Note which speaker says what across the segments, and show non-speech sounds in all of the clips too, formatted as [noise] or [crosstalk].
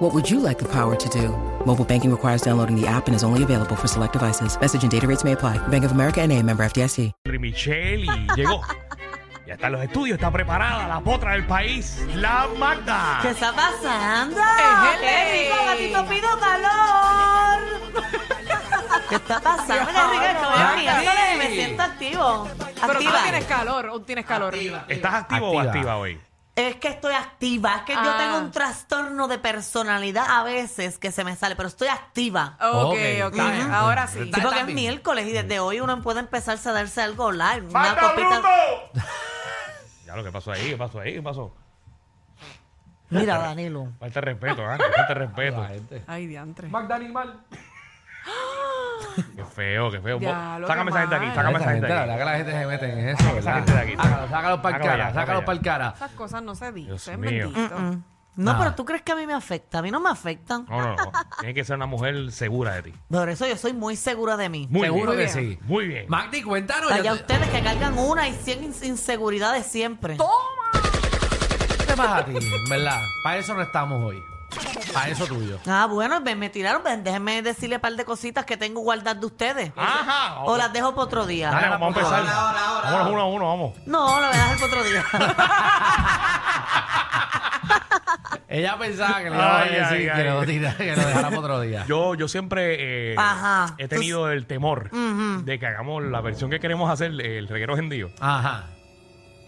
Speaker 1: What would you like the power to do? Mobile banking requires downloading the app and is only available for select devices. Message and data rates may apply. Bank of America and a member FDIC.
Speaker 2: Henry Michelle y llegó. Ya está en los estudios, está preparada la potra del país, la Magda.
Speaker 3: ¿Qué está pasando?
Speaker 4: Henry.
Speaker 3: ¡Qué rico, gatito pido calor! ¿Qué está pasando? Qué rico, estoy
Speaker 4: Magda,
Speaker 3: miércoles y
Speaker 4: sí.
Speaker 3: me siento activo.
Speaker 4: Pero tú no
Speaker 3: Activa.
Speaker 4: tienes calor o tienes calor.
Speaker 2: ¿Estás activo o
Speaker 5: Activa.
Speaker 2: activa hoy?
Speaker 3: Es que estoy activa. Es que yo
Speaker 4: Ah.
Speaker 3: tengo un trastorno de personalidad a veces que se me sale, pero estoy activa.
Speaker 4: Ok,
Speaker 5: Ok,
Speaker 4: ok.
Speaker 5: está bien.
Speaker 4: Ahora sí.
Speaker 5: Está
Speaker 3: Sí,
Speaker 5: bien.
Speaker 3: porque es miércoles y desde hoy uno puede empezarse a darse algo live. Una
Speaker 2: ¡Magda
Speaker 3: copita.
Speaker 2: Bruto! [laughs] ya lo que pasó ahí, ¿qué pasó ahí? ¿Qué pasó?
Speaker 3: Mira, Danilo.
Speaker 2: Falta de respeto, ¿ah? Falta de respeto.
Speaker 4: Ay, diantre.
Speaker 5: Magda Animal.
Speaker 2: Qué feo, qué feo.
Speaker 4: Ya, lo
Speaker 2: sácame
Speaker 4: que
Speaker 2: esa gente de
Speaker 4: mal.
Speaker 2: aquí, sácame esa gente de
Speaker 5: la
Speaker 2: aquí.
Speaker 5: verdad que la gente se mete en eso,
Speaker 2: esa
Speaker 5: ¿verdad?
Speaker 2: gente de aquí.
Speaker 5: Sácalo, sácalo para el
Speaker 2: Sácalo
Speaker 5: cara,
Speaker 2: ya,
Speaker 5: sácalo
Speaker 2: sácalo
Speaker 5: para el cara.
Speaker 4: Esas cosas no se
Speaker 2: Dios
Speaker 4: dicen,
Speaker 2: mío.
Speaker 4: bendito.
Speaker 3: No,
Speaker 5: Ah.
Speaker 3: pero tú crees que a mí me afecta. A mí no me afectan.
Speaker 2: No, no, no. Tienes que ser una mujer segura de ti.
Speaker 3: Por eso yo soy muy segura de mí.
Speaker 2: Muy
Speaker 5: Seguro
Speaker 2: bien.
Speaker 5: que sí.
Speaker 2: Muy bien.
Speaker 5: Magdi, cuéntanos.
Speaker 3: Allá
Speaker 5: yo te-
Speaker 3: ustedes que cargan una y cien ins- inseguridades siempre.
Speaker 5: ¿Qué te [laughs] pasa a ti? en ¿Verdad? Para eso no estamos hoy. Para eso tuyo.
Speaker 3: Ah, bueno, me, me tiraron. ven, Déjenme decirle un par de cositas que tengo guardadas de ustedes.
Speaker 2: Ah, Ajá.
Speaker 3: O las dejo para otro día.
Speaker 2: Dale, vamos a empezar. Vámonos uno a uno, vamos.
Speaker 3: No, lo voy a dejar para otro día.
Speaker 2: [laughs]
Speaker 5: Ella pensaba que le iba a
Speaker 2: Ay, ay,
Speaker 5: decir que,
Speaker 2: ay.
Speaker 5: Lo tira- que lo dejáramos otro día.
Speaker 2: Yo, yo siempre eh,
Speaker 3: Ajá.
Speaker 2: he tenido el temor de que hagamos la versión que queremos hacer, eh, el reguero gendío.
Speaker 5: Ajá.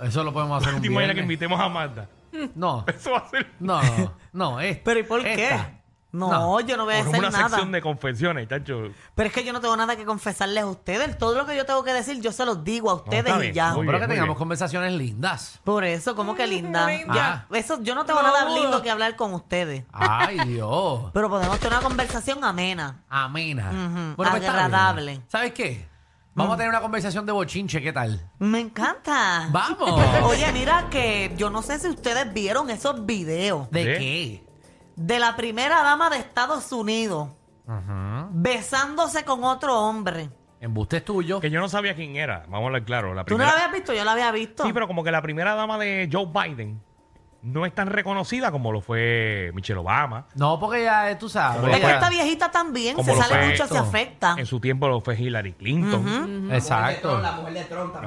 Speaker 5: Eso lo podemos hacer un
Speaker 2: [laughs] ¿Te imaginas que
Speaker 5: viernes.
Speaker 2: invitemos a Magda?
Speaker 5: No,
Speaker 2: [laughs] Eso va a ser
Speaker 5: no, no. No, esta.
Speaker 3: [laughs] ¿Pero y por qué?
Speaker 5: esta.
Speaker 3: No,
Speaker 5: No.
Speaker 3: yo no voy a
Speaker 2: por
Speaker 3: decir
Speaker 2: una
Speaker 3: nada.
Speaker 2: sección de confesiones, chacho.
Speaker 3: Pero es que yo no tengo nada que confesarles a ustedes. Todo lo que yo tengo que decir, yo se los digo a ustedes
Speaker 2: está
Speaker 3: y
Speaker 2: bien.
Speaker 3: ya.
Speaker 2: Muy
Speaker 5: Espero
Speaker 2: bien,
Speaker 5: que
Speaker 2: muy
Speaker 5: tengamos
Speaker 2: bien.
Speaker 5: conversaciones lindas.
Speaker 3: Por eso, como que linda.
Speaker 4: Linda.
Speaker 3: Ah. Eso, yo no tengo
Speaker 4: No
Speaker 3: nada
Speaker 4: dudo.
Speaker 3: lindo que hablar con ustedes.
Speaker 5: Ay, Dios.
Speaker 3: Pero podemos tener una conversación amena.
Speaker 5: amena,
Speaker 3: Ujú,
Speaker 5: pues, está
Speaker 3: agradable. Mm.
Speaker 5: bien. ¿Sabes qué? Vamos a tener una conversación de bochinche, ¿qué tal?
Speaker 3: Me encanta. [laughs]
Speaker 5: ¡Vamos!
Speaker 3: Oye, mira que yo no sé si ustedes vieron esos videos
Speaker 5: ¿De
Speaker 2: ¿De?
Speaker 5: qué?
Speaker 3: de la primera dama de Estados Unidos besándose con otro hombre.
Speaker 5: Embuste es tuyo.
Speaker 2: Que yo no sabía quién era, vamos a hablar claro. La
Speaker 3: ¿Tú no la
Speaker 2: primera,
Speaker 3: habías visto? Yo la había visto.
Speaker 2: sí, pero como que la primera dama de Joe Biden no es tan reconocida como lo fue Michelle Obama.
Speaker 5: No, porque ya eh, tú sabes.
Speaker 2: Como la
Speaker 3: es que
Speaker 2: ya.
Speaker 3: esta viejita también
Speaker 2: Como
Speaker 3: se
Speaker 2: lo
Speaker 3: sale
Speaker 2: fue
Speaker 3: mucho, se
Speaker 5: esto.
Speaker 3: afecta.
Speaker 2: En su tiempo lo fue Hillary Clinton,
Speaker 5: Exacto.
Speaker 2: la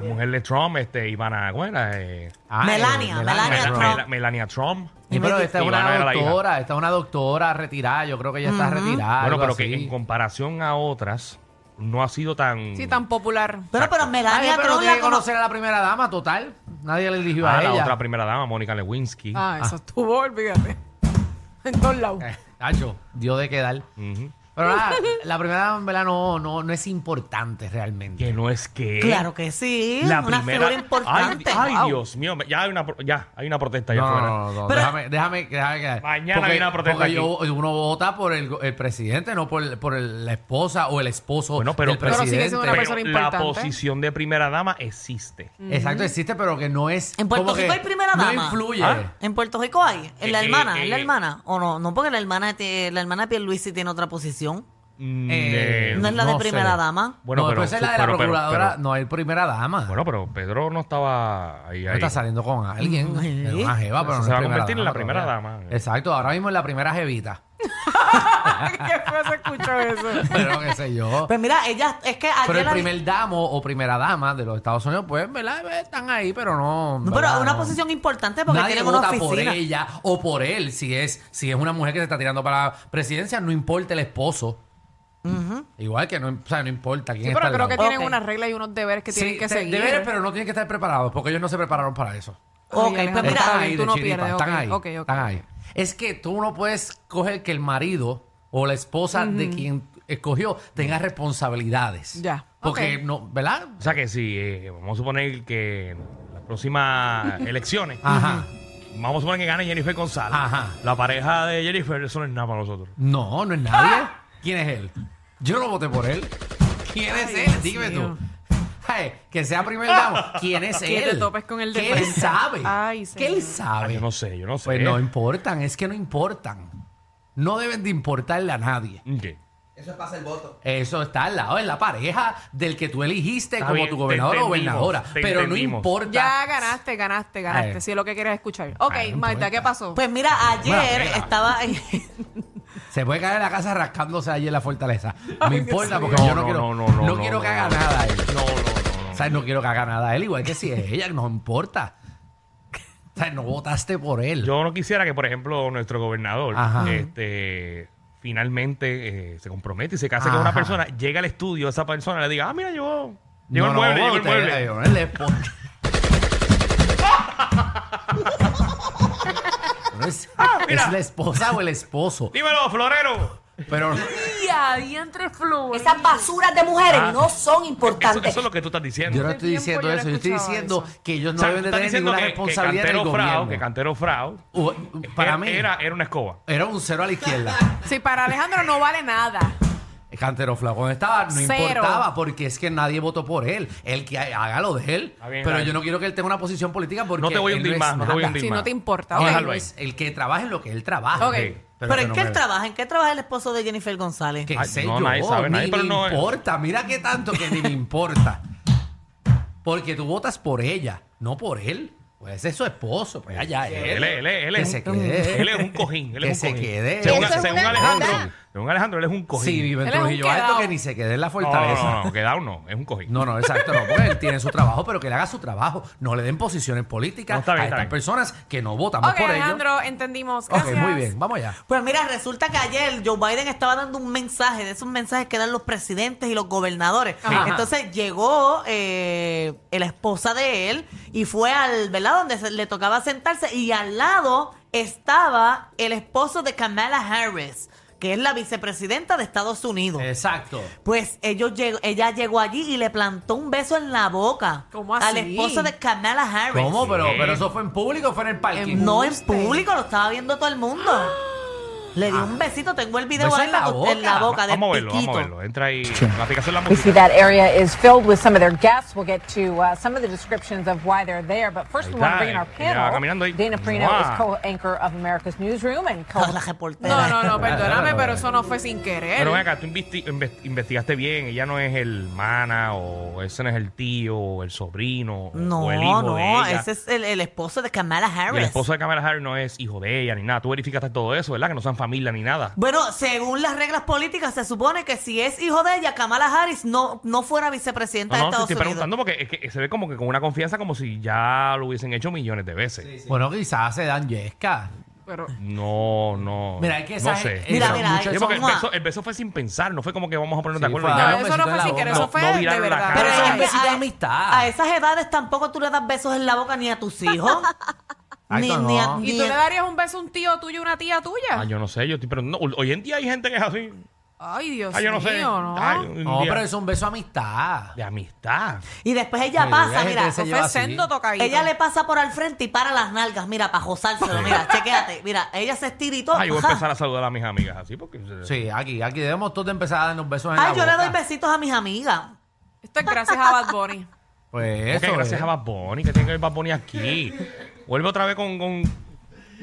Speaker 2: mujer de Trump, este, Ivana, ¿cómo era? Eh,
Speaker 5: Ay,
Speaker 3: Melania, Melania
Speaker 2: Mela-
Speaker 3: Trump.
Speaker 2: Mela- Melania Trump.
Speaker 5: Sí, pero esta es
Speaker 2: Y van a
Speaker 5: una
Speaker 2: ver a la hija.
Speaker 5: doctora, esta es una doctora retirada, yo creo que ella está retirada.
Speaker 2: bueno,
Speaker 5: algo
Speaker 2: pero que
Speaker 5: así.
Speaker 2: en comparación a otras, no ha sido tan...
Speaker 4: Sí, tan popular.
Speaker 3: Pero, pero
Speaker 5: Ay,
Speaker 3: Melania
Speaker 5: pero
Speaker 3: Trump
Speaker 5: tiene
Speaker 3: la
Speaker 5: que
Speaker 3: cono-
Speaker 5: conocer a la primera dama, total. Nadie le eligió
Speaker 2: Ah,
Speaker 5: a
Speaker 2: la
Speaker 5: ella.
Speaker 2: otra primera dama, Mónica Lewinsky.
Speaker 4: Ah, eso estuvo, olvídate. [laughs] En todos
Speaker 5: [laughs]
Speaker 4: lados.
Speaker 5: [laughs] Eh, Nacho, dio de quedar.
Speaker 2: Ujú.
Speaker 5: Pero
Speaker 3: [laughs]
Speaker 5: nada, la primera dama, en verdad, no, no, no es importante realmente.
Speaker 2: Que no es que...
Speaker 3: Claro que sí.
Speaker 2: la
Speaker 3: una
Speaker 2: primera...
Speaker 3: figura importante.
Speaker 2: Ay, ay,
Speaker 3: Wow.
Speaker 2: Dios mío, ya hay una, pro- ya, hay una protesta allá
Speaker 5: No,
Speaker 2: afuera.
Speaker 5: no, no, no,
Speaker 3: Pero-
Speaker 5: déjame, déjame, déjame quedar.
Speaker 2: Mañana hay una protesta
Speaker 5: porque
Speaker 2: aquí.
Speaker 5: yo- uno vota por el, el presidente, no por, el- por el- la esposa o el esposo
Speaker 2: Bueno, pero-
Speaker 5: del
Speaker 2: pero
Speaker 4: sigue
Speaker 5: presidente.
Speaker 4: siendo una
Speaker 2: Pero
Speaker 4: persona
Speaker 2: la
Speaker 4: importante.
Speaker 2: posición de primera dama existe.
Speaker 5: Exacto, existe, pero que no es.
Speaker 3: En Puerto
Speaker 5: como
Speaker 3: Rico
Speaker 5: que
Speaker 3: hay primera
Speaker 5: No
Speaker 3: dama.
Speaker 5: influye.
Speaker 2: Ah.
Speaker 3: En Puerto Rico hay. En la
Speaker 2: Eh,
Speaker 3: hermana,
Speaker 2: eh,
Speaker 3: en la
Speaker 2: eh.
Speaker 3: hermana. O no, no, porque la hermana, de- la hermana de Pierluisi tiene otra posición.
Speaker 2: Mm,
Speaker 5: Eh,
Speaker 2: eh,
Speaker 3: No es la de
Speaker 5: no
Speaker 3: primera
Speaker 5: sé.
Speaker 3: dama.
Speaker 2: bueno,
Speaker 5: no,
Speaker 2: pero-
Speaker 5: después es la de la
Speaker 2: pero- pero-
Speaker 5: procuradora,
Speaker 2: pero-
Speaker 5: no hay primera dama.
Speaker 2: bueno, pero Pedro no estaba ahí.
Speaker 5: No
Speaker 2: ahí.
Speaker 5: está saliendo con alguien.
Speaker 3: Sí.
Speaker 5: Es una jeva, pero
Speaker 2: Se
Speaker 5: no
Speaker 2: va a
Speaker 5: es primera
Speaker 2: convertir en la
Speaker 5: dama
Speaker 2: primera
Speaker 5: todavía.
Speaker 2: dama. eh.
Speaker 5: Exacto, ahora mismo es la primera jevita. [laughs]
Speaker 4: ¿Qué fue? Se escuchó eso.
Speaker 5: Pero qué sé yo.
Speaker 3: Pues mira, ella, es que ayer
Speaker 5: Pero el
Speaker 3: la-
Speaker 5: primer damo o primera dama de los Estados Unidos, pues, ¿verdad? Están ahí, pero no.
Speaker 3: No, pero
Speaker 5: ¿verdad?
Speaker 3: una
Speaker 5: No.
Speaker 3: posición importante porque
Speaker 5: Nadie
Speaker 3: tienen una
Speaker 5: vota por
Speaker 3: oficina.
Speaker 5: ella o por él. Si es, si es una mujer que se está tirando para la presidencia, no importa el esposo. Igual que no, o sea, no importa quién
Speaker 4: Sí,
Speaker 5: está
Speaker 4: pero
Speaker 5: al
Speaker 4: creo
Speaker 5: este lado.
Speaker 4: que
Speaker 3: lado.
Speaker 4: tienen
Speaker 3: Ok.
Speaker 4: unas reglas y unos deberes que
Speaker 5: Sí,
Speaker 4: tienen que
Speaker 5: de-
Speaker 4: seguir.
Speaker 5: deberes, pero no tienen que estar preparados porque ellos no se prepararon para eso.
Speaker 3: Ok,
Speaker 4: Ay,
Speaker 3: pues
Speaker 4: Alejandro, está
Speaker 3: mira,
Speaker 4: bien,
Speaker 5: de
Speaker 4: tú no
Speaker 5: chiripa,
Speaker 4: pierdes.
Speaker 5: están
Speaker 4: ok,
Speaker 5: ahí,
Speaker 4: ok, ok.
Speaker 5: están ahí. Es que tú no puedes coger que el marido o la esposa de quien escogió tenga responsabilidades.
Speaker 4: Ya,
Speaker 5: Porque
Speaker 4: ok.
Speaker 5: no, ¿verdad?
Speaker 2: O sea que si eh, vamos a suponer que en las próximas elecciones,
Speaker 5: Ajá.
Speaker 2: vamos a suponer que gane Jennifer González.
Speaker 5: Ajá.
Speaker 2: La pareja de Jennifer, eso no es nada para nosotros.
Speaker 5: No, no es nadie. ¿Quién es él? Yo no voté por él. ¿Quién es él? Dime tú. Ay, que sea
Speaker 4: [laughs]
Speaker 5: primer damo. ¿Quién es
Speaker 4: Que
Speaker 5: él?
Speaker 4: te topes con el de
Speaker 5: ¿Qué él
Speaker 4: frente.
Speaker 5: sabe?
Speaker 4: Ay,
Speaker 5: ¿Qué él
Speaker 4: señor.
Speaker 5: sabe?
Speaker 2: Ah, yo no sé, yo no sé. Eh,
Speaker 5: Pues no importan, es que no importan. No deben de importarle a nadie.
Speaker 2: Ok.
Speaker 6: Eso pasa el voto.
Speaker 5: Eso está al lado, es la pareja del que tú elegiste
Speaker 2: Está
Speaker 5: como
Speaker 2: bien,
Speaker 5: tu
Speaker 2: te
Speaker 5: gobernador o
Speaker 2: entendimos,
Speaker 5: gobernadora.
Speaker 2: te
Speaker 5: Pero no
Speaker 2: entendimos.
Speaker 5: importa.
Speaker 4: Ya ganaste, ganaste, ganaste.
Speaker 5: Ay.
Speaker 4: Si es lo que quieres escuchar. Ok,
Speaker 5: Ay, no
Speaker 4: Magda,
Speaker 5: importa.
Speaker 4: ¿qué pasó?
Speaker 3: Pues mira, ayer
Speaker 5: Bueno, mira.
Speaker 3: estaba.
Speaker 7: [laughs]
Speaker 5: Se puede caer en la casa rascándose allí en
Speaker 4: [laughs]
Speaker 5: la fortaleza. No
Speaker 4: Ay,
Speaker 5: importa
Speaker 4: Dios
Speaker 5: porque
Speaker 2: mío.
Speaker 5: yo no,
Speaker 2: No,
Speaker 5: quiero,
Speaker 2: no,
Speaker 5: no,
Speaker 2: no, no, no,
Speaker 5: quiero que
Speaker 2: no,
Speaker 5: haga
Speaker 2: no.
Speaker 5: nada él.
Speaker 2: No, no, no,
Speaker 5: O sea, no quiero que haga nada él, igual que si es ella, no importa. O sea, no votaste por él.
Speaker 2: no. Yo no quisiera que, por ejemplo, nuestro gobernador
Speaker 5: Ajá.
Speaker 2: este, finalmente eh, se compromete y se case con una
Speaker 5: Ajá.
Speaker 2: persona, llega al estudio, esa persona le diga, ah, mira, llegó, llegó
Speaker 5: No,
Speaker 2: el
Speaker 5: no,
Speaker 2: mueble, llegó el
Speaker 5: usted-
Speaker 2: mueble.
Speaker 5: ay, no, él es por- Bueno, es,
Speaker 2: Ah, mira.
Speaker 5: es la esposa o el esposo.
Speaker 2: Dímelo, florero.
Speaker 5: Pero
Speaker 4: Ya, entre flores.
Speaker 7: Esas basuras de mujeres
Speaker 2: Ah.
Speaker 7: no son
Speaker 2: Eso,
Speaker 7: importantes.
Speaker 2: eso es lo que tú estás diciendo.
Speaker 5: yo no estoy
Speaker 4: tiempo yo
Speaker 5: diciendo
Speaker 4: no
Speaker 5: eso. Yo estoy
Speaker 4: escuchaba
Speaker 5: diciendo
Speaker 4: eso.
Speaker 5: que ellos no
Speaker 2: O sea, tú
Speaker 5: deben de
Speaker 2: estás
Speaker 5: tener
Speaker 2: diciendo
Speaker 5: ninguna
Speaker 2: que, que
Speaker 5: responsabilidad en el
Speaker 2: Cantero Frau,
Speaker 5: gobierno.
Speaker 2: que Cantero Frau,
Speaker 5: U- para
Speaker 2: era,
Speaker 5: mí
Speaker 2: era,
Speaker 5: era,
Speaker 2: era una escoba.
Speaker 5: un cero a la izquierda.
Speaker 4: Sí, para Alejandro no vale nada.
Speaker 5: Cantero Frau cuando estaba no
Speaker 4: Cero.
Speaker 5: importaba porque es que nadie votó por él. Él que haga lo de él.
Speaker 2: Está bien,
Speaker 5: pero
Speaker 2: dale.
Speaker 5: yo no quiero que él tenga una posición política porque
Speaker 2: No te voy a
Speaker 5: él
Speaker 2: hundir
Speaker 5: es
Speaker 2: más, no te voy a
Speaker 5: nada.
Speaker 2: hundir
Speaker 4: Si
Speaker 2: más.
Speaker 4: no te importa.
Speaker 5: Él
Speaker 4: ok.
Speaker 2: Déjalo ahí.
Speaker 5: es el que trabaje en lo que él trabaja.
Speaker 4: Ok.
Speaker 3: Pero,
Speaker 5: que
Speaker 3: en
Speaker 5: no
Speaker 3: qué
Speaker 5: me-
Speaker 3: él trabaja, en qué trabaja el esposo de Jennifer González.
Speaker 5: ¿Qué
Speaker 2: Ay,
Speaker 5: sé
Speaker 2: no,
Speaker 5: yo?
Speaker 2: nadie sabe,
Speaker 5: ni
Speaker 2: nadie, pero
Speaker 5: me
Speaker 2: no-
Speaker 5: importa. Mira qué tanto que ni me importa. Porque tú votas por ella, no por él. Pues es su esposo, pues allá él.
Speaker 2: Él, es- él, es- él,
Speaker 5: que
Speaker 2: es
Speaker 5: se
Speaker 2: un-
Speaker 5: quede.
Speaker 2: él es un cojín. Él
Speaker 5: Que
Speaker 2: es un
Speaker 5: se
Speaker 2: cojín.
Speaker 5: quede.
Speaker 2: Según,
Speaker 5: Eso es
Speaker 2: según
Speaker 5: una
Speaker 2: Alejandro,
Speaker 5: verdad.
Speaker 2: según Alejandro, él es un cojín.
Speaker 5: Sí, vive en
Speaker 4: Él es un
Speaker 5: Trujillo Alto
Speaker 4: quedao.
Speaker 5: que ni se quede en la
Speaker 2: no,
Speaker 5: fortaleza.
Speaker 2: no, no, quedado no, es un cojín.
Speaker 5: No, no, exacto, no, porque él tiene su trabajo, pero que le haga su trabajo. No le den posiciones políticas
Speaker 2: No, está bien,
Speaker 5: a
Speaker 2: está
Speaker 5: estas
Speaker 2: bien.
Speaker 5: personas que no votamos
Speaker 4: Ok,
Speaker 5: por ellos.
Speaker 4: Alejandro, entendimos.
Speaker 5: Ok,
Speaker 4: Gracias.
Speaker 5: muy bien, vamos allá.
Speaker 3: Pues mira, resulta que ayer Joe Biden estaba dando un mensaje, de esos mensajes que dan los presidentes y los gobernadores.
Speaker 5: Ajá.
Speaker 3: Entonces llegó eh, la esposa de él y fue al, ¿verdad? Donde se- le tocaba sentarse y al lado estaba el esposo de Kamala Harris, que es la vicepresidenta de Estados Unidos.
Speaker 5: Exacto.
Speaker 3: Pues ellos llegó- ella llegó allí y le plantó un beso en la boca
Speaker 4: ¿Cómo
Speaker 3: al
Speaker 4: así?
Speaker 3: esposo de Kamala Harris.
Speaker 5: ¿Cómo? Pero, pero eso fue en público o fue en el parking.
Speaker 3: No en
Speaker 4: Embuste.
Speaker 3: público, lo estaba viendo todo el
Speaker 4: [gasps]
Speaker 3: mundo. Le di
Speaker 2: Ah.
Speaker 3: un besito, tengo el video
Speaker 5: Beso
Speaker 3: ahora
Speaker 5: en
Speaker 3: en
Speaker 5: la
Speaker 3: la,
Speaker 5: boca.
Speaker 3: en la boca del
Speaker 2: vamos a verlo, vamos
Speaker 3: piquito.
Speaker 2: a verlo. Entra ahí en la aplicación de la
Speaker 8: We see
Speaker 2: música.
Speaker 8: that area is filled with some of their guests. We'll get to uh, some of the descriptions of why they're there. But first, we want to bring in our
Speaker 2: Ahí está, ella va caminando
Speaker 8: panel.
Speaker 2: ahí.
Speaker 8: Dana Perino
Speaker 2: Wow.
Speaker 8: is co-anchor of America's Newsroom and co
Speaker 3: La reportera.
Speaker 4: No, no, no, perdóname, pero eso no fue sin querer.
Speaker 2: Pero ven acá, tú investi- inve- investigaste bien, ella no es el mana, o ese no es el tío, o el sobrino, o el hijo
Speaker 3: No,
Speaker 2: de
Speaker 3: no,
Speaker 2: ella.
Speaker 3: ese es el, el esposo de Kamala
Speaker 2: Y el
Speaker 3: Harris.
Speaker 2: esposo de Kamala Harris no es hijo de ella ni nada. Tú verificaste todo eso, ¿verdad? Que no sean familia ni nada.
Speaker 3: Bueno, según las reglas políticas, se supone que si es hijo de ella, Kamala Harris no, no fuera vicepresidenta
Speaker 2: No, no,
Speaker 3: de
Speaker 2: te
Speaker 3: Estados
Speaker 2: estoy preguntando
Speaker 3: Unidos.
Speaker 2: porque es que se ve como que con una confianza como si ya lo hubiesen hecho millones de veces.
Speaker 5: Bueno, quizás se dan yesca.
Speaker 4: Pero-
Speaker 2: No, no.
Speaker 5: Mira, es que
Speaker 2: no
Speaker 5: esa
Speaker 2: sé.
Speaker 5: es-
Speaker 3: Mira,
Speaker 5: esa-
Speaker 3: mira,
Speaker 5: mucho-
Speaker 2: Sí,
Speaker 3: eso-
Speaker 2: porque el
Speaker 3: Juan.
Speaker 2: beso, el beso fue sin pensar, no fue como que vamos a ponernos de
Speaker 5: Sí,
Speaker 2: acuerdo.
Speaker 5: fue
Speaker 2: y
Speaker 5: a-
Speaker 2: ya.
Speaker 4: No,
Speaker 5: un
Speaker 4: eso no
Speaker 5: besito
Speaker 4: fue
Speaker 5: en la
Speaker 4: sin querer,
Speaker 5: boca.
Speaker 4: eso
Speaker 5: No,
Speaker 4: fue
Speaker 2: no
Speaker 4: de
Speaker 2: viraron la
Speaker 4: verdad.
Speaker 2: cara.
Speaker 5: Pero
Speaker 3: es
Speaker 5: eso
Speaker 3: que
Speaker 5: es un besito de
Speaker 3: a-
Speaker 5: amistad.
Speaker 3: A esas edades tampoco tú le das besos en la boca ni a tus
Speaker 2: [laughs]
Speaker 3: hijos.
Speaker 5: Ay,
Speaker 3: ni,
Speaker 5: no,
Speaker 3: ni a,
Speaker 5: no.
Speaker 4: ¿Y
Speaker 3: ni
Speaker 4: tú
Speaker 3: a-
Speaker 4: le darías un beso a un tío tuyo y una tía
Speaker 2: Ah,
Speaker 4: tuya?
Speaker 2: yo no sé, yo estoy, pero no, hoy en día hay gente que es así.
Speaker 4: Ay, Dios
Speaker 2: Ah, yo no sé.
Speaker 4: mío, ¿no?
Speaker 2: Ay, hoy en
Speaker 5: No,
Speaker 2: día-
Speaker 5: pero es un beso de amistad.
Speaker 2: de amistad.
Speaker 3: y después ella
Speaker 5: Ay,
Speaker 3: pasa,
Speaker 5: hay gente
Speaker 3: mira.
Speaker 5: que se
Speaker 4: Eso
Speaker 5: lleva
Speaker 4: fue
Speaker 5: así.
Speaker 4: sendo tocadito.
Speaker 3: Ella le pasa por al frente y para las nalgas, mira, para josárselo,
Speaker 5: [laughs]
Speaker 3: mira, chequéate, mira, ella se estira y
Speaker 4: Oh,
Speaker 3: todo.
Speaker 2: Ay, voy a
Speaker 3: ajá.
Speaker 2: empezar a saludar a mis amigas así porque.
Speaker 5: Sí, aquí, aquí debemos todos de empezar a darnos besos en
Speaker 3: Ay,
Speaker 5: la
Speaker 3: Ah, yo le
Speaker 5: boca.
Speaker 3: doy besitos a mis amigas.
Speaker 4: Esto es gracias a Bad Bunny.
Speaker 5: Pues
Speaker 2: Ok,
Speaker 5: eso
Speaker 2: gracias
Speaker 5: es.
Speaker 2: a Bad Bunny, que tiene que ver Bad Bunny aquí. Vuelve otra vez con. con...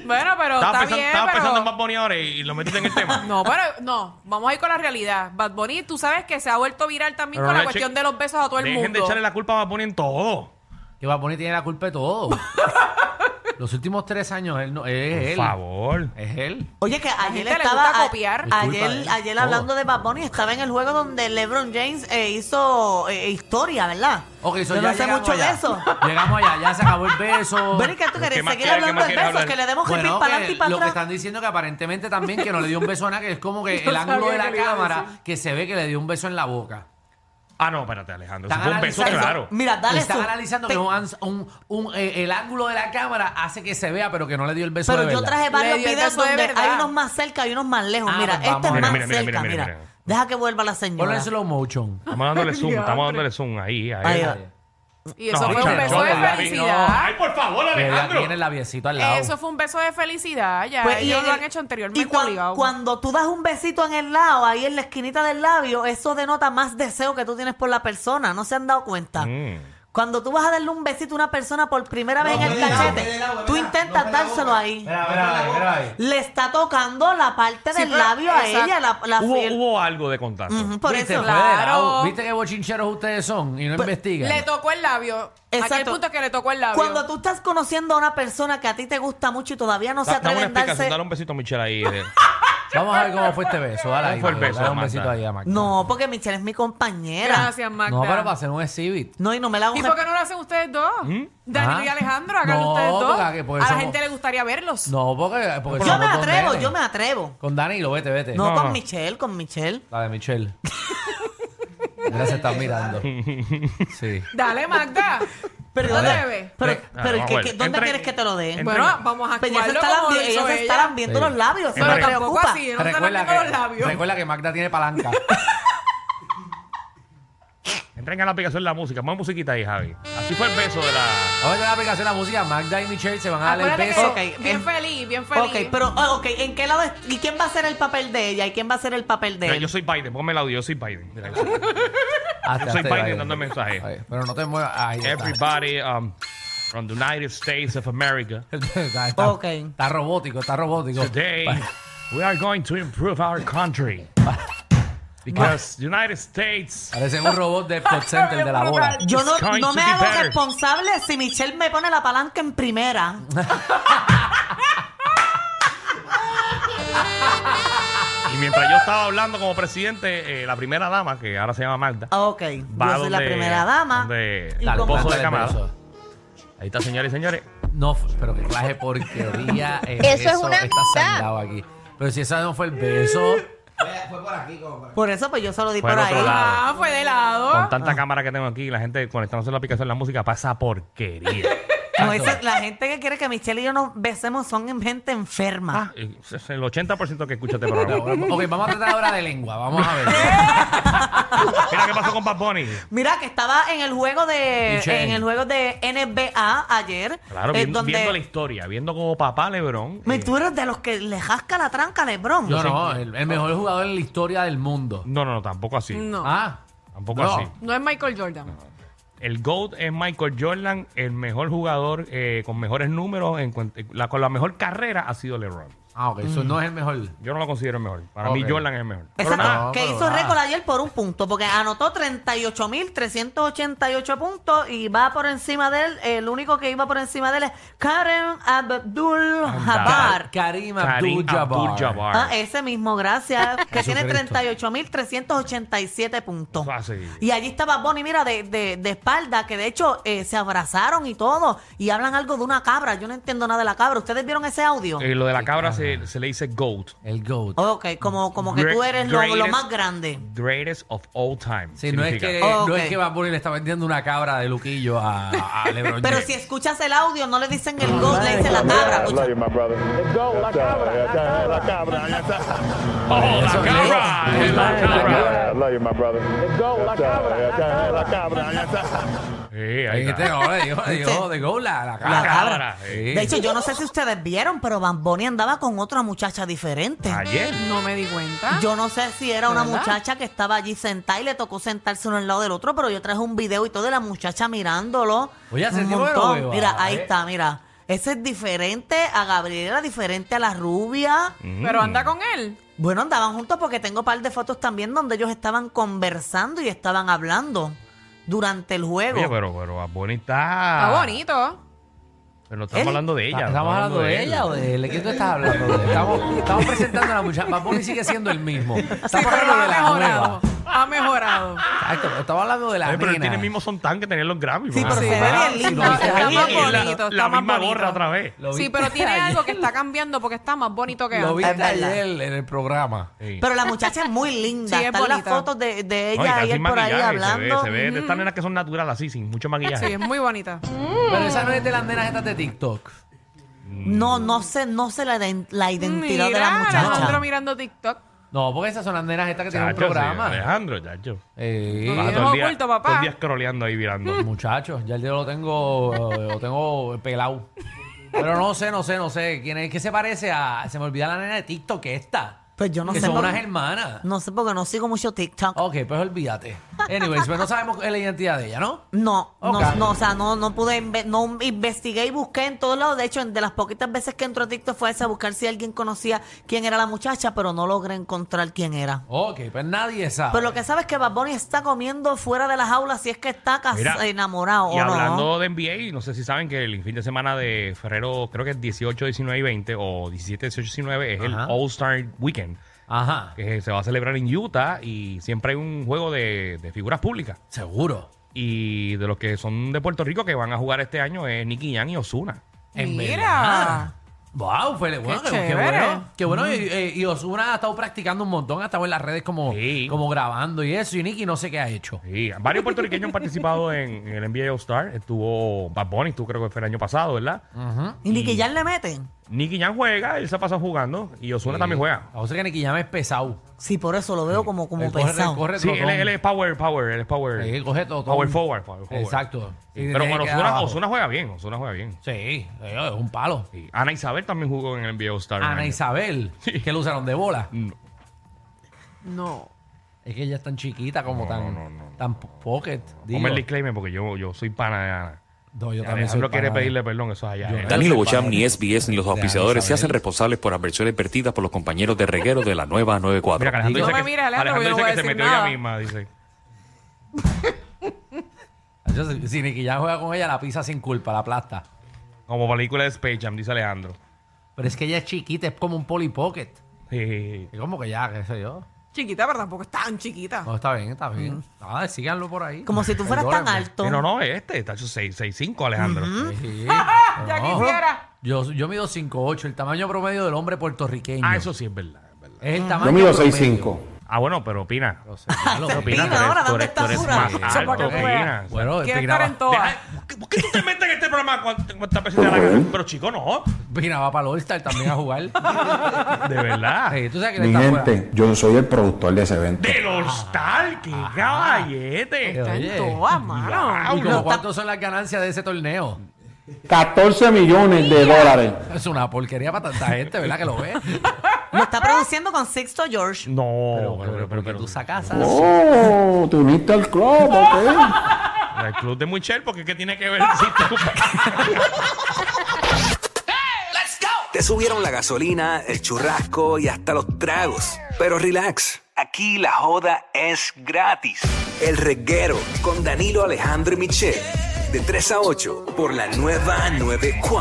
Speaker 4: Bueno, pero
Speaker 2: Estaba,
Speaker 4: está
Speaker 2: pensando,
Speaker 4: bien,
Speaker 2: estaba
Speaker 4: pero...
Speaker 2: pensando en Bad Bunny ahora y, y lo metiste en el
Speaker 4: [laughs]
Speaker 2: tema.
Speaker 4: No, pero no, vamos a ir con la realidad. Bad Bunny, tú sabes que se ha vuelto viral también
Speaker 2: Pero
Speaker 4: con
Speaker 2: no
Speaker 4: la
Speaker 2: le
Speaker 4: cuestión
Speaker 2: eche-
Speaker 4: de los besos a todo el
Speaker 2: Dejen de
Speaker 4: mundo.
Speaker 2: echarle la culpa a Bad Bunny en todo.
Speaker 5: Que Bad Bunny tiene la culpa de todo.
Speaker 2: [laughs]
Speaker 5: Los últimos tres años él no, es
Speaker 2: Por
Speaker 5: él. Eh.
Speaker 2: favor.
Speaker 5: Es él.
Speaker 3: Oye, que ayer
Speaker 4: gente le
Speaker 3: estaba.
Speaker 4: gusta
Speaker 3: a-
Speaker 4: copiar.
Speaker 5: Es culpa de
Speaker 3: Ayer,
Speaker 5: él,
Speaker 3: ayer
Speaker 5: eh. todo.
Speaker 3: hablando de Bad Bunny, estaba en el juego donde LeBron James eh, hizo eh, historia, ¿verdad?
Speaker 5: Ok, eso
Speaker 3: Yo
Speaker 5: ya
Speaker 3: no sé
Speaker 5: llegamos
Speaker 3: mucho
Speaker 5: allá.
Speaker 3: de
Speaker 5: [laughs]
Speaker 3: eso.
Speaker 5: Llegamos allá, ya se acabó el
Speaker 3: [laughs]
Speaker 5: beso.
Speaker 3: Bueno, ¿y qué tú
Speaker 2: ¿Qué
Speaker 3: querés?
Speaker 2: más
Speaker 3: ¿Seguir
Speaker 2: quieres? ¿Qué
Speaker 3: hablando
Speaker 2: más
Speaker 3: de
Speaker 2: quieres
Speaker 3: besos?
Speaker 2: hablar?
Speaker 3: Que le demos repeat
Speaker 5: Bueno,
Speaker 3: para
Speaker 5: que
Speaker 3: adelante y para
Speaker 5: lo que
Speaker 3: atrás.
Speaker 5: están diciendo que aparentemente también que no le dio un beso a nadie, que es como
Speaker 3: [laughs]
Speaker 5: que
Speaker 4: Yo
Speaker 5: el ángulo
Speaker 4: sabía que
Speaker 5: de la
Speaker 4: le iba a
Speaker 5: cámara
Speaker 4: decir.
Speaker 5: que se ve que le dio un beso en la boca.
Speaker 2: Ah, no, espérate, Alejandro. Eso
Speaker 5: Están
Speaker 2: fue un beso,
Speaker 5: analizando-
Speaker 2: claro.
Speaker 3: Mira, dale
Speaker 5: Están
Speaker 3: su-
Speaker 5: analizando
Speaker 3: te-
Speaker 5: que un ans- un- un, eh, el ángulo de la cámara hace que se vea, pero que no le dio el beso
Speaker 3: Pero
Speaker 5: de
Speaker 3: yo
Speaker 5: verdad.
Speaker 3: traje varios
Speaker 4: dio el
Speaker 3: videos
Speaker 4: beso de
Speaker 3: donde
Speaker 4: verdad.
Speaker 3: hay unos más cerca y unos más lejos.
Speaker 5: Ah,
Speaker 3: mira,
Speaker 5: pues
Speaker 3: este
Speaker 5: vamos.
Speaker 3: es
Speaker 5: Mira,
Speaker 3: más
Speaker 2: mira, mira,
Speaker 3: cerca,
Speaker 2: mira,
Speaker 3: mira.
Speaker 2: mira.
Speaker 3: Deja que vuelva la
Speaker 5: Ponlo en
Speaker 3: señora.
Speaker 5: slow motion.
Speaker 2: Estamos dándole zoom,
Speaker 4: Diantre.
Speaker 2: estamos dándole zoom ahí. ahí.
Speaker 3: Ahí va.
Speaker 4: Y eso
Speaker 2: No,
Speaker 4: fue un
Speaker 5: chanchón,
Speaker 4: beso de
Speaker 5: con Larry,
Speaker 2: Ay,
Speaker 4: felicidad.
Speaker 2: por favor,
Speaker 5: Que ya
Speaker 2: Alejandro.
Speaker 5: tiene el labiecito al lado.
Speaker 4: Eso fue un beso de felicidad. Ya
Speaker 3: Pues,
Speaker 4: ellos
Speaker 3: en
Speaker 4: lo
Speaker 3: el-
Speaker 4: han hecho anteriormente
Speaker 3: y cuan-
Speaker 4: obligado.
Speaker 3: cuando tú das un besito en el lado, ahí en la esquinita del labio, eso denota más deseo que tú tienes por la persona. ¿No se han dado cuenta?
Speaker 2: Mm.
Speaker 3: Cuando tú vas a darle un besito a una persona por primera vez en el cachete, tú intentas dárselo ahí.
Speaker 6: Espera, espera, espera ahí.
Speaker 3: Le está tocando la parte del
Speaker 4: pero-
Speaker 3: labio a
Speaker 4: exacto.
Speaker 3: ella. La, la
Speaker 2: Hubo,
Speaker 3: el-
Speaker 2: hubo algo de contacto.
Speaker 3: Ujú, por
Speaker 5: ¿Viste?
Speaker 3: eso. Pues,
Speaker 5: Fue de lado.
Speaker 4: Claro.
Speaker 5: ¿Viste qué bochincheros ustedes son y no investigan?
Speaker 4: Le tocó el labio. Aquel
Speaker 3: Exacto.
Speaker 4: punto que le tocó el labio.
Speaker 3: Cuando tú estás conociendo a una persona que a ti te gusta mucho y todavía no se
Speaker 2: Da- dame
Speaker 3: atreve
Speaker 2: una
Speaker 3: a darse...
Speaker 2: explicación, dale un besito a Michelle ahí. eh. de-
Speaker 5: Vamos a ver cómo fue este beso. Dale
Speaker 2: ¿Cómo
Speaker 5: ahí,
Speaker 2: fue el
Speaker 5: Magda.
Speaker 2: beso,
Speaker 5: Dale un
Speaker 2: Magda?
Speaker 5: besito ahí a Magda.
Speaker 3: No, porque Michelle es mi compañera.
Speaker 4: Gracias, Magda.
Speaker 5: No, pero para hacer un exhibit.
Speaker 3: No, y no me la hago...
Speaker 4: ¿Y por qué no lo hacen ustedes dos? Danilo
Speaker 5: ¿Mm? Ajá.
Speaker 4: y Alejandro, háganlo
Speaker 5: No,
Speaker 4: ustedes dos.
Speaker 5: porque a que, pues,
Speaker 4: a la
Speaker 5: somos-
Speaker 4: gente le gustaría verlos.
Speaker 5: No, porque. porque
Speaker 3: Yo me
Speaker 5: somos dos
Speaker 3: atrevo,
Speaker 5: nenes.
Speaker 3: yo me atrevo.
Speaker 5: Con Danilo, vete, vete.
Speaker 3: No,
Speaker 2: No,
Speaker 3: con
Speaker 2: no.
Speaker 3: Michelle, con Michelle.
Speaker 5: La de Michelle. Mira, se está mirando. Sí.
Speaker 4: Dale,
Speaker 5: [laughs]
Speaker 4: Magda.
Speaker 3: Pero,
Speaker 4: Dale.
Speaker 3: debe. pero,
Speaker 5: Dale,
Speaker 3: pero
Speaker 2: vamos
Speaker 3: ¿qué-
Speaker 2: a ver.
Speaker 3: qué- ¿dónde
Speaker 2: Entra-
Speaker 3: quieres que te lo dé?
Speaker 2: entra-
Speaker 4: Bueno,
Speaker 2: Entrega.
Speaker 4: vamos a
Speaker 3: Pues ya se
Speaker 4: actuarlo
Speaker 3: está
Speaker 4: como
Speaker 3: lambi-
Speaker 4: lo
Speaker 3: ellas
Speaker 4: hizo
Speaker 3: se
Speaker 4: ella.
Speaker 3: están viendo
Speaker 5: Sí.
Speaker 3: los labios, eso
Speaker 2: Pero
Speaker 3: me
Speaker 4: Tampoco
Speaker 3: preocupa.
Speaker 4: así, no te
Speaker 5: Recuerda
Speaker 4: lambiendo los
Speaker 5: que,
Speaker 4: labios.
Speaker 5: recuerda que Magda tiene palanca.
Speaker 2: Entren a la aplicación de la música. Más musiquita ahí, Javi. Así fue el beso de la.
Speaker 5: Ahora en la aplicación de la música, Magda y Michelle se van a dar el
Speaker 4: Acuérdate
Speaker 5: beso.
Speaker 4: que
Speaker 3: Ok,
Speaker 4: bien
Speaker 3: en-
Speaker 4: feliz, bien feliz.
Speaker 3: Ok, pero, ah, ok, ¿en qué lado es- ¿Y quién va a ser el papel de ella? ¿Y quién va a ser el papel de
Speaker 2: Mira,
Speaker 3: él?
Speaker 2: yo soy Biden, ponme el audio, yo soy Biden. Mira,
Speaker 5: Hazte,
Speaker 2: Yo soy este.
Speaker 5: hazte,
Speaker 2: Biden
Speaker 5: Biden.
Speaker 2: dando mensaje.
Speaker 5: Ahí, Pero no te muevas. Ahí está.
Speaker 2: Everybody um, from the United States of America.
Speaker 5: [laughs] está, está-
Speaker 3: Ok.
Speaker 5: está robótico, está robótico.
Speaker 2: Today we are going to improve our country. Because the United States
Speaker 5: Parece un robot de call center de la bola.
Speaker 3: Yo no,
Speaker 2: It's going
Speaker 3: no
Speaker 2: to
Speaker 3: me
Speaker 2: be
Speaker 3: hago
Speaker 2: better.
Speaker 3: responsable si Michelle me pone la palanca en primera.
Speaker 2: Y mientras yo estaba hablando como presidente, eh, la primera dama, que ahora se llama Magda,
Speaker 3: Ah, Ok,
Speaker 2: va
Speaker 3: yo soy la
Speaker 2: donde-
Speaker 3: primera dama.
Speaker 2: donde
Speaker 3: Y
Speaker 2: el
Speaker 5: Dale,
Speaker 3: como-
Speaker 2: esposo
Speaker 5: dale,
Speaker 2: de
Speaker 5: dale,
Speaker 2: Kamala.
Speaker 5: beso.
Speaker 2: Ahí está, señores y señores.
Speaker 5: No, pero qué clase de porquería
Speaker 3: [laughs]
Speaker 5: es
Speaker 7: Eso
Speaker 5: eso.
Speaker 7: es una
Speaker 5: está
Speaker 7: amistad.
Speaker 5: sandado aquí. Pero si esa no fue el beso,
Speaker 3: Por eso, pues yo se lo di
Speaker 2: Fue
Speaker 3: por
Speaker 2: al otro
Speaker 3: ahí.
Speaker 2: lado.
Speaker 4: Ah, fue de lado.
Speaker 2: Con tanta cámara que tengo aquí, la gente conectándose a la aplicación de la música pasa
Speaker 3: [laughs]
Speaker 2: porquería.
Speaker 3: No, esa- la gente que quiere que Michelle y yo nos besemos son en- gente
Speaker 2: Ah,
Speaker 3: enferma.
Speaker 2: eh, es el 80% que
Speaker 3: [laughs]
Speaker 2: escucha este
Speaker 5: Pero,
Speaker 2: programa.
Speaker 5: ok, vamos a tratar ahora de lengua, vamos a ver.
Speaker 2: Mira qué pasó con Bad Bunny.
Speaker 3: Mira que estaba en el juego de
Speaker 5: Michelle.
Speaker 3: en el juego de NBA ayer,
Speaker 2: Claro,
Speaker 3: eh,
Speaker 2: viendo,
Speaker 3: donde
Speaker 2: viendo la historia, viendo como papá Lebron.
Speaker 3: Me-
Speaker 2: eh,
Speaker 3: tú eres de los que le jasca la tranca a LeBron.
Speaker 5: No, no, el, el mejor jugador en la historia del mundo.
Speaker 2: no, no, no, tampoco así.
Speaker 4: No.
Speaker 5: Ah,
Speaker 2: Tampoco
Speaker 5: No.
Speaker 2: así.
Speaker 4: No es Michael Jordan.
Speaker 2: El GOAT es Michael Jordan, el mejor jugador eh, con mejores números, en cuan- la- con la mejor carrera ha sido LeBron.
Speaker 5: ah, ok, eso no es el mejor.
Speaker 2: Yo no lo considero el mejor. Para
Speaker 5: Ok.
Speaker 2: mí Jordan es el mejor. Pero
Speaker 3: Exacto,
Speaker 2: nada,
Speaker 5: no,
Speaker 3: que
Speaker 5: pero
Speaker 3: hizo
Speaker 5: nada.
Speaker 3: récord ayer por un punto, porque anotó 38.388 puntos y va por encima de él. El único que iba por encima de él es Karen Abdul Jabbar.
Speaker 5: Karim
Speaker 2: Karim
Speaker 5: Abdul-Jabbar.
Speaker 2: Abdul-Jabbar.
Speaker 3: Ah, ese mismo,
Speaker 5: [laughs]
Speaker 3: gracias, que tiene
Speaker 5: Jesucristo.
Speaker 3: 38.387 puntos.
Speaker 2: Ah, sí.
Speaker 3: Y allí estaba Bonnie, mira, de, de, de espalda, que de hecho eh, se abrazaron y todo, y hablan algo de una cabra. Yo no entiendo nada de la cabra. ¿Ustedes vieron ese audio?
Speaker 2: Eh, lo de la cabra se, se le dice GOAT.
Speaker 5: El GOAT.
Speaker 3: Ok, como, como que
Speaker 2: Gre-
Speaker 3: tú eres lo, lo
Speaker 2: greatest-
Speaker 3: más grande.
Speaker 2: Greatest of all time.
Speaker 5: Sí, no es,
Speaker 2: significa.
Speaker 5: que,
Speaker 3: Ok.
Speaker 5: no es que Bad Bunny le está vendiendo una cabra de Luquillo a, a LeBron
Speaker 3: Pero
Speaker 5: James.
Speaker 3: si escuchas el audio, no le dicen el go, le dicen la cabra.
Speaker 9: I love you, my brother. Let's go, La Cabra. La Cabra. La Cabra.
Speaker 2: ¡Oh, la
Speaker 5: Eso es-
Speaker 2: cabra! ¡Es la cabra!
Speaker 9: I love you, my brother. Let's go, La Cabra. La Cabra.
Speaker 2: Sí, ahí
Speaker 5: Este,
Speaker 2: está.
Speaker 5: no, le dijo, le dijo de GOAT la, la
Speaker 2: La
Speaker 5: cabra.
Speaker 2: cabra. sí.
Speaker 3: De hecho, yo no sé si ustedes vieron, pero Bamboni andaba con otra muchacha diferente.
Speaker 2: Ayer.
Speaker 4: No me di
Speaker 5: Ah.
Speaker 4: cuenta.
Speaker 3: Yo no sé si era una
Speaker 4: ¿Verdad?
Speaker 3: muchacha que estaba allí sentada y le tocó sentarse uno al lado del otro, pero yo traje un video y todo de la muchacha mirándolo.
Speaker 5: Oye, hace
Speaker 3: un
Speaker 5: tiempo que no
Speaker 3: montón.
Speaker 5: veo a-
Speaker 3: Mira, ahí
Speaker 5: eh.
Speaker 3: está, mira. Ese es diferente a Gabriela, diferente a la rubia.
Speaker 4: Pero
Speaker 5: Mm.
Speaker 4: anda con él.
Speaker 3: Bueno, andaban juntos porque tengo un par de fotos también donde ellos estaban conversando y estaban hablando durante el juego.
Speaker 5: pues.
Speaker 2: Oye, pero, pero Bad Bunny está...
Speaker 5: Ah.
Speaker 4: Está bonito.
Speaker 2: Pero no estamos
Speaker 3: Él-
Speaker 2: hablando de ella.
Speaker 5: ¿Estamos hablando de
Speaker 2: él.
Speaker 5: ella o de él? ¿De quién tú estás hablando? De él? Estamos, estamos presentando a la muchacha. Bad Bunny sigue siendo el mismo.
Speaker 4: Sí,
Speaker 5: Estamos
Speaker 4: pero
Speaker 5: hablando de
Speaker 4: ha
Speaker 5: la nueva.
Speaker 4: mejorado. Ha mejorado.
Speaker 5: Exacto, pero estamos hablando de la
Speaker 2: Oye, pero él
Speaker 5: nena.
Speaker 2: tiene el mismo sontán que tenía en los Grammys.
Speaker 3: Sí,
Speaker 2: ¿verdad?
Speaker 3: pero se ve
Speaker 5: Ah,
Speaker 3: bien
Speaker 5: sí,
Speaker 3: lindo.
Speaker 5: lo vi.
Speaker 4: Está
Speaker 2: Y
Speaker 4: más
Speaker 2: es la-
Speaker 4: bonito,
Speaker 2: la
Speaker 4: está más
Speaker 2: misma
Speaker 4: bonito.
Speaker 2: gorra otra vez.
Speaker 5: Lo
Speaker 4: Sí,
Speaker 5: viste
Speaker 4: pero tiene
Speaker 5: ayer.
Speaker 4: algo que está cambiando porque está más bonito que
Speaker 5: Lo
Speaker 4: antes.
Speaker 5: viste
Speaker 3: Es verdad.
Speaker 5: ayer en el programa.
Speaker 2: Sí.
Speaker 3: Pero la muchacha es muy linda.
Speaker 4: [laughs] Sí, es
Speaker 3: Están las
Speaker 4: bonita.
Speaker 3: fotos de, de
Speaker 2: Ay,
Speaker 3: ella
Speaker 2: está
Speaker 3: y él
Speaker 2: sin
Speaker 3: por ahí
Speaker 2: maquillaje, se ve-
Speaker 3: hablando. Mm.
Speaker 2: Se ve, de estas nenas que son naturales así, sin mucho maquillaje.
Speaker 4: Sí, es muy bonita.
Speaker 5: Pero esa no es de las nenas estas de TikTok.
Speaker 3: No, no sé, no sé la, iden- la identidad de la
Speaker 4: Mira,
Speaker 3: muchacha.
Speaker 4: Alejandro mirando TikTok.
Speaker 5: No, porque esas son las nenas estas que tienen un
Speaker 2: Chacho, sí,
Speaker 5: programa.
Speaker 2: Alejandro, chacho.
Speaker 5: Eh,
Speaker 2: Vas
Speaker 4: Tienes
Speaker 2: todo el día-
Speaker 4: oculto, papá.
Speaker 2: Todo el día scrolleando ahí mirando.
Speaker 3: Mm,
Speaker 5: Muchachos, ya yo lo tengo, lo tengo pelado. Pero no sé, no sé, no sé. ¿Quién es? ¿Qué se parece a.? Se me olvida la nena de TikTok esta.
Speaker 3: Pues yo no
Speaker 5: que
Speaker 3: sé
Speaker 5: Son
Speaker 3: por-
Speaker 5: unas hermanas.
Speaker 3: No sé porque no sigo mucho TikTok.
Speaker 5: Ok, pues olvídate. Anyways, pero no sabemos la identidad de ella, ¿no?
Speaker 3: No,
Speaker 5: Ok.
Speaker 3: no, no, o sea, no, no pude, inve- no investigué y busqué en todos lados. De hecho, de las poquitas veces que entró a TikTok fue esa, a buscar si alguien conocía quién era la muchacha, pero no logré encontrar quién era.
Speaker 5: Ok, pues nadie sabe.
Speaker 3: Pero lo que sabes es que Bad Bunny está comiendo fuera de las aulas si es que está
Speaker 2: [laughs]
Speaker 3: cas-
Speaker 2: Mira,
Speaker 3: enamorado
Speaker 2: Y
Speaker 3: o no.
Speaker 2: hablando de NBA, no sé si saben que el fin de semana de Ferrero, creo que es 18, 19 y 20, o 17, 18, 19, es el
Speaker 5: Ajá.
Speaker 2: All-Star Weekend,
Speaker 5: Ajá,
Speaker 2: que se va a celebrar en Utah y siempre hay un juego de, de figuras públicas.
Speaker 5: seguro.
Speaker 2: Y de los que son de Puerto Rico que van a jugar este año es Nicky Yan y Osuna.
Speaker 5: En
Speaker 4: Mira.
Speaker 5: verdad. Wow, Fele, bueno, qué,
Speaker 4: Qué
Speaker 5: qué
Speaker 4: chévere.
Speaker 5: bueno. Qué bueno. Y, eh, y Osuna ha estado practicando un montón, ha estado en las redes como,
Speaker 2: Sí.
Speaker 5: como grabando y eso. Y Nicky no sé qué ha hecho.
Speaker 2: Sí, varios puertorriqueños han participado en, en el NBA All-Star. Estuvo Bad Bunny, tú creo que fue el año pasado, ¿verdad?
Speaker 3: Y ni que ya le meten.
Speaker 2: Nicky Yan juega, él se ha pasado jugando y Osuna también juega.
Speaker 5: O sea Eh, que Nicky ya me es pesado.
Speaker 3: Sí, por eso lo veo como, como
Speaker 5: Él corre-
Speaker 3: pesado.
Speaker 5: corre
Speaker 2: Sí, él,
Speaker 5: trotón.
Speaker 2: es- él es power, power, él es power.
Speaker 5: Sí, coge todo.
Speaker 2: Power forward, power forward.
Speaker 5: Exacto.
Speaker 2: Sí,
Speaker 5: Sí,
Speaker 2: pero
Speaker 5: tiene
Speaker 2: bueno,
Speaker 5: que quedar
Speaker 2: Osuna,
Speaker 5: abajo.
Speaker 2: Osuna juega bien, Osuna juega bien.
Speaker 5: Sí, eh, es un palo.
Speaker 2: Sí. Ana Isabel también jugó en el NBA All-Star. un
Speaker 5: Ana
Speaker 2: año.
Speaker 5: Isabel, que lo usaron de bola.
Speaker 2: Mm.
Speaker 4: No.
Speaker 5: Es que ella es tan chiquita como
Speaker 2: No,
Speaker 5: tan,
Speaker 2: no, no, no.
Speaker 5: tan pocket. digo.
Speaker 2: Ponme el disclaimer porque yo, yo soy pana de Ana.
Speaker 5: No, yo también soy
Speaker 2: Alejandro quiere
Speaker 5: pana de-
Speaker 2: pedirle perdón, eso es allá.
Speaker 5: Yo-
Speaker 2: Eh,
Speaker 6: Danilo
Speaker 5: Gracias,
Speaker 6: Bocham, ni
Speaker 5: padre.
Speaker 6: SBS, ni los
Speaker 5: Gracias,
Speaker 6: auspiciadores se
Speaker 5: Isabel.
Speaker 6: hacen responsables por adversiones vertidas por los compañeros de reguero de la nueva 94.
Speaker 2: Mira, que Alejandro
Speaker 4: No
Speaker 2: dice
Speaker 4: me
Speaker 2: que,
Speaker 4: mires, Alejandro,
Speaker 2: Alejandro
Speaker 4: porque yo no
Speaker 2: dice
Speaker 4: voy a
Speaker 2: que se
Speaker 4: decir
Speaker 2: metió
Speaker 4: nada.
Speaker 2: ella misma, dice.
Speaker 5: Yo, si- si Nicky ya juega con ella, la pisa sin culpa, la aplasta.
Speaker 2: Como película de Space Jam, dice Alejandro.
Speaker 5: Pero es que ella es chiquita, es como un polipocket.
Speaker 2: Sí, sí, sí.
Speaker 5: Es como que ya, qué sé yo.
Speaker 4: Chiquita, pero tampoco es tan chiquita.
Speaker 5: No, está bien, está bien. Ah, síganlo por ahí.
Speaker 3: Como si tú fueras tan
Speaker 5: Perdónenme.
Speaker 3: alto.
Speaker 2: No, no, este, está hecho 6'5 Alejandro.
Speaker 3: [laughs]
Speaker 5: Sí.
Speaker 4: Ya
Speaker 5: No.
Speaker 4: quisiera.
Speaker 5: Yo, yo mido 5'8, el tamaño promedio del hombre puertorriqueño.
Speaker 2: Ah, eso sí es verdad. es verdad.
Speaker 5: Es el tamaño
Speaker 9: Yo mido
Speaker 5: promedio.
Speaker 9: 6'5.
Speaker 2: Ah, bueno, pero opina.
Speaker 5: No sé, ya lo
Speaker 2: ¿Qué
Speaker 5: vi.
Speaker 2: opinas?
Speaker 3: Opina ahora,
Speaker 2: Tú
Speaker 3: dame
Speaker 2: eres, tú eres- tú
Speaker 3: esta
Speaker 2: eres
Speaker 5: basura.
Speaker 2: más
Speaker 5: Eso
Speaker 2: alto,
Speaker 5: para que tú veas.
Speaker 2: opina.
Speaker 5: Bueno, el
Speaker 4: Quiere
Speaker 5: Pina
Speaker 4: estar
Speaker 5: va-
Speaker 4: en todas.
Speaker 2: Deja- ¿Por qué tú te metes en este programa cuántas cuántas veces te da la gana? Pero chico, no.
Speaker 5: Pina va para el All-Star también a
Speaker 3: [laughs]
Speaker 5: jugar.
Speaker 2: [laughs] De verdad.
Speaker 5: Sí, tú sabes que él
Speaker 7: Mi
Speaker 5: está fuera.
Speaker 7: gente, yo soy el productor de ese evento.
Speaker 2: Del All-Star, qué caballete.
Speaker 4: Está en
Speaker 5: Oye.
Speaker 4: todas, mano.
Speaker 5: ¿Y como
Speaker 3: ah, Lo
Speaker 5: cuánto son las ganancias de ese torneo?
Speaker 7: 14 millones de dólares.
Speaker 5: Es una porquería para tanta gente, ¿verdad? Que lo ve.
Speaker 3: Lo está produciendo con Sixto George.
Speaker 2: No,
Speaker 5: Pero, pero, pero, tú sacas a-
Speaker 7: Oh, te uniste al club, ok.
Speaker 2: El club de Michelle, porque ¿qué tiene que ver? Si tú-
Speaker 10: Te subieron la gasolina, el churrasco y hasta los tragos. Pero relax, aquí la joda es gratis. El reguero con Danilo Alejandro y Michel. De 3 a 8 por la nueva 94.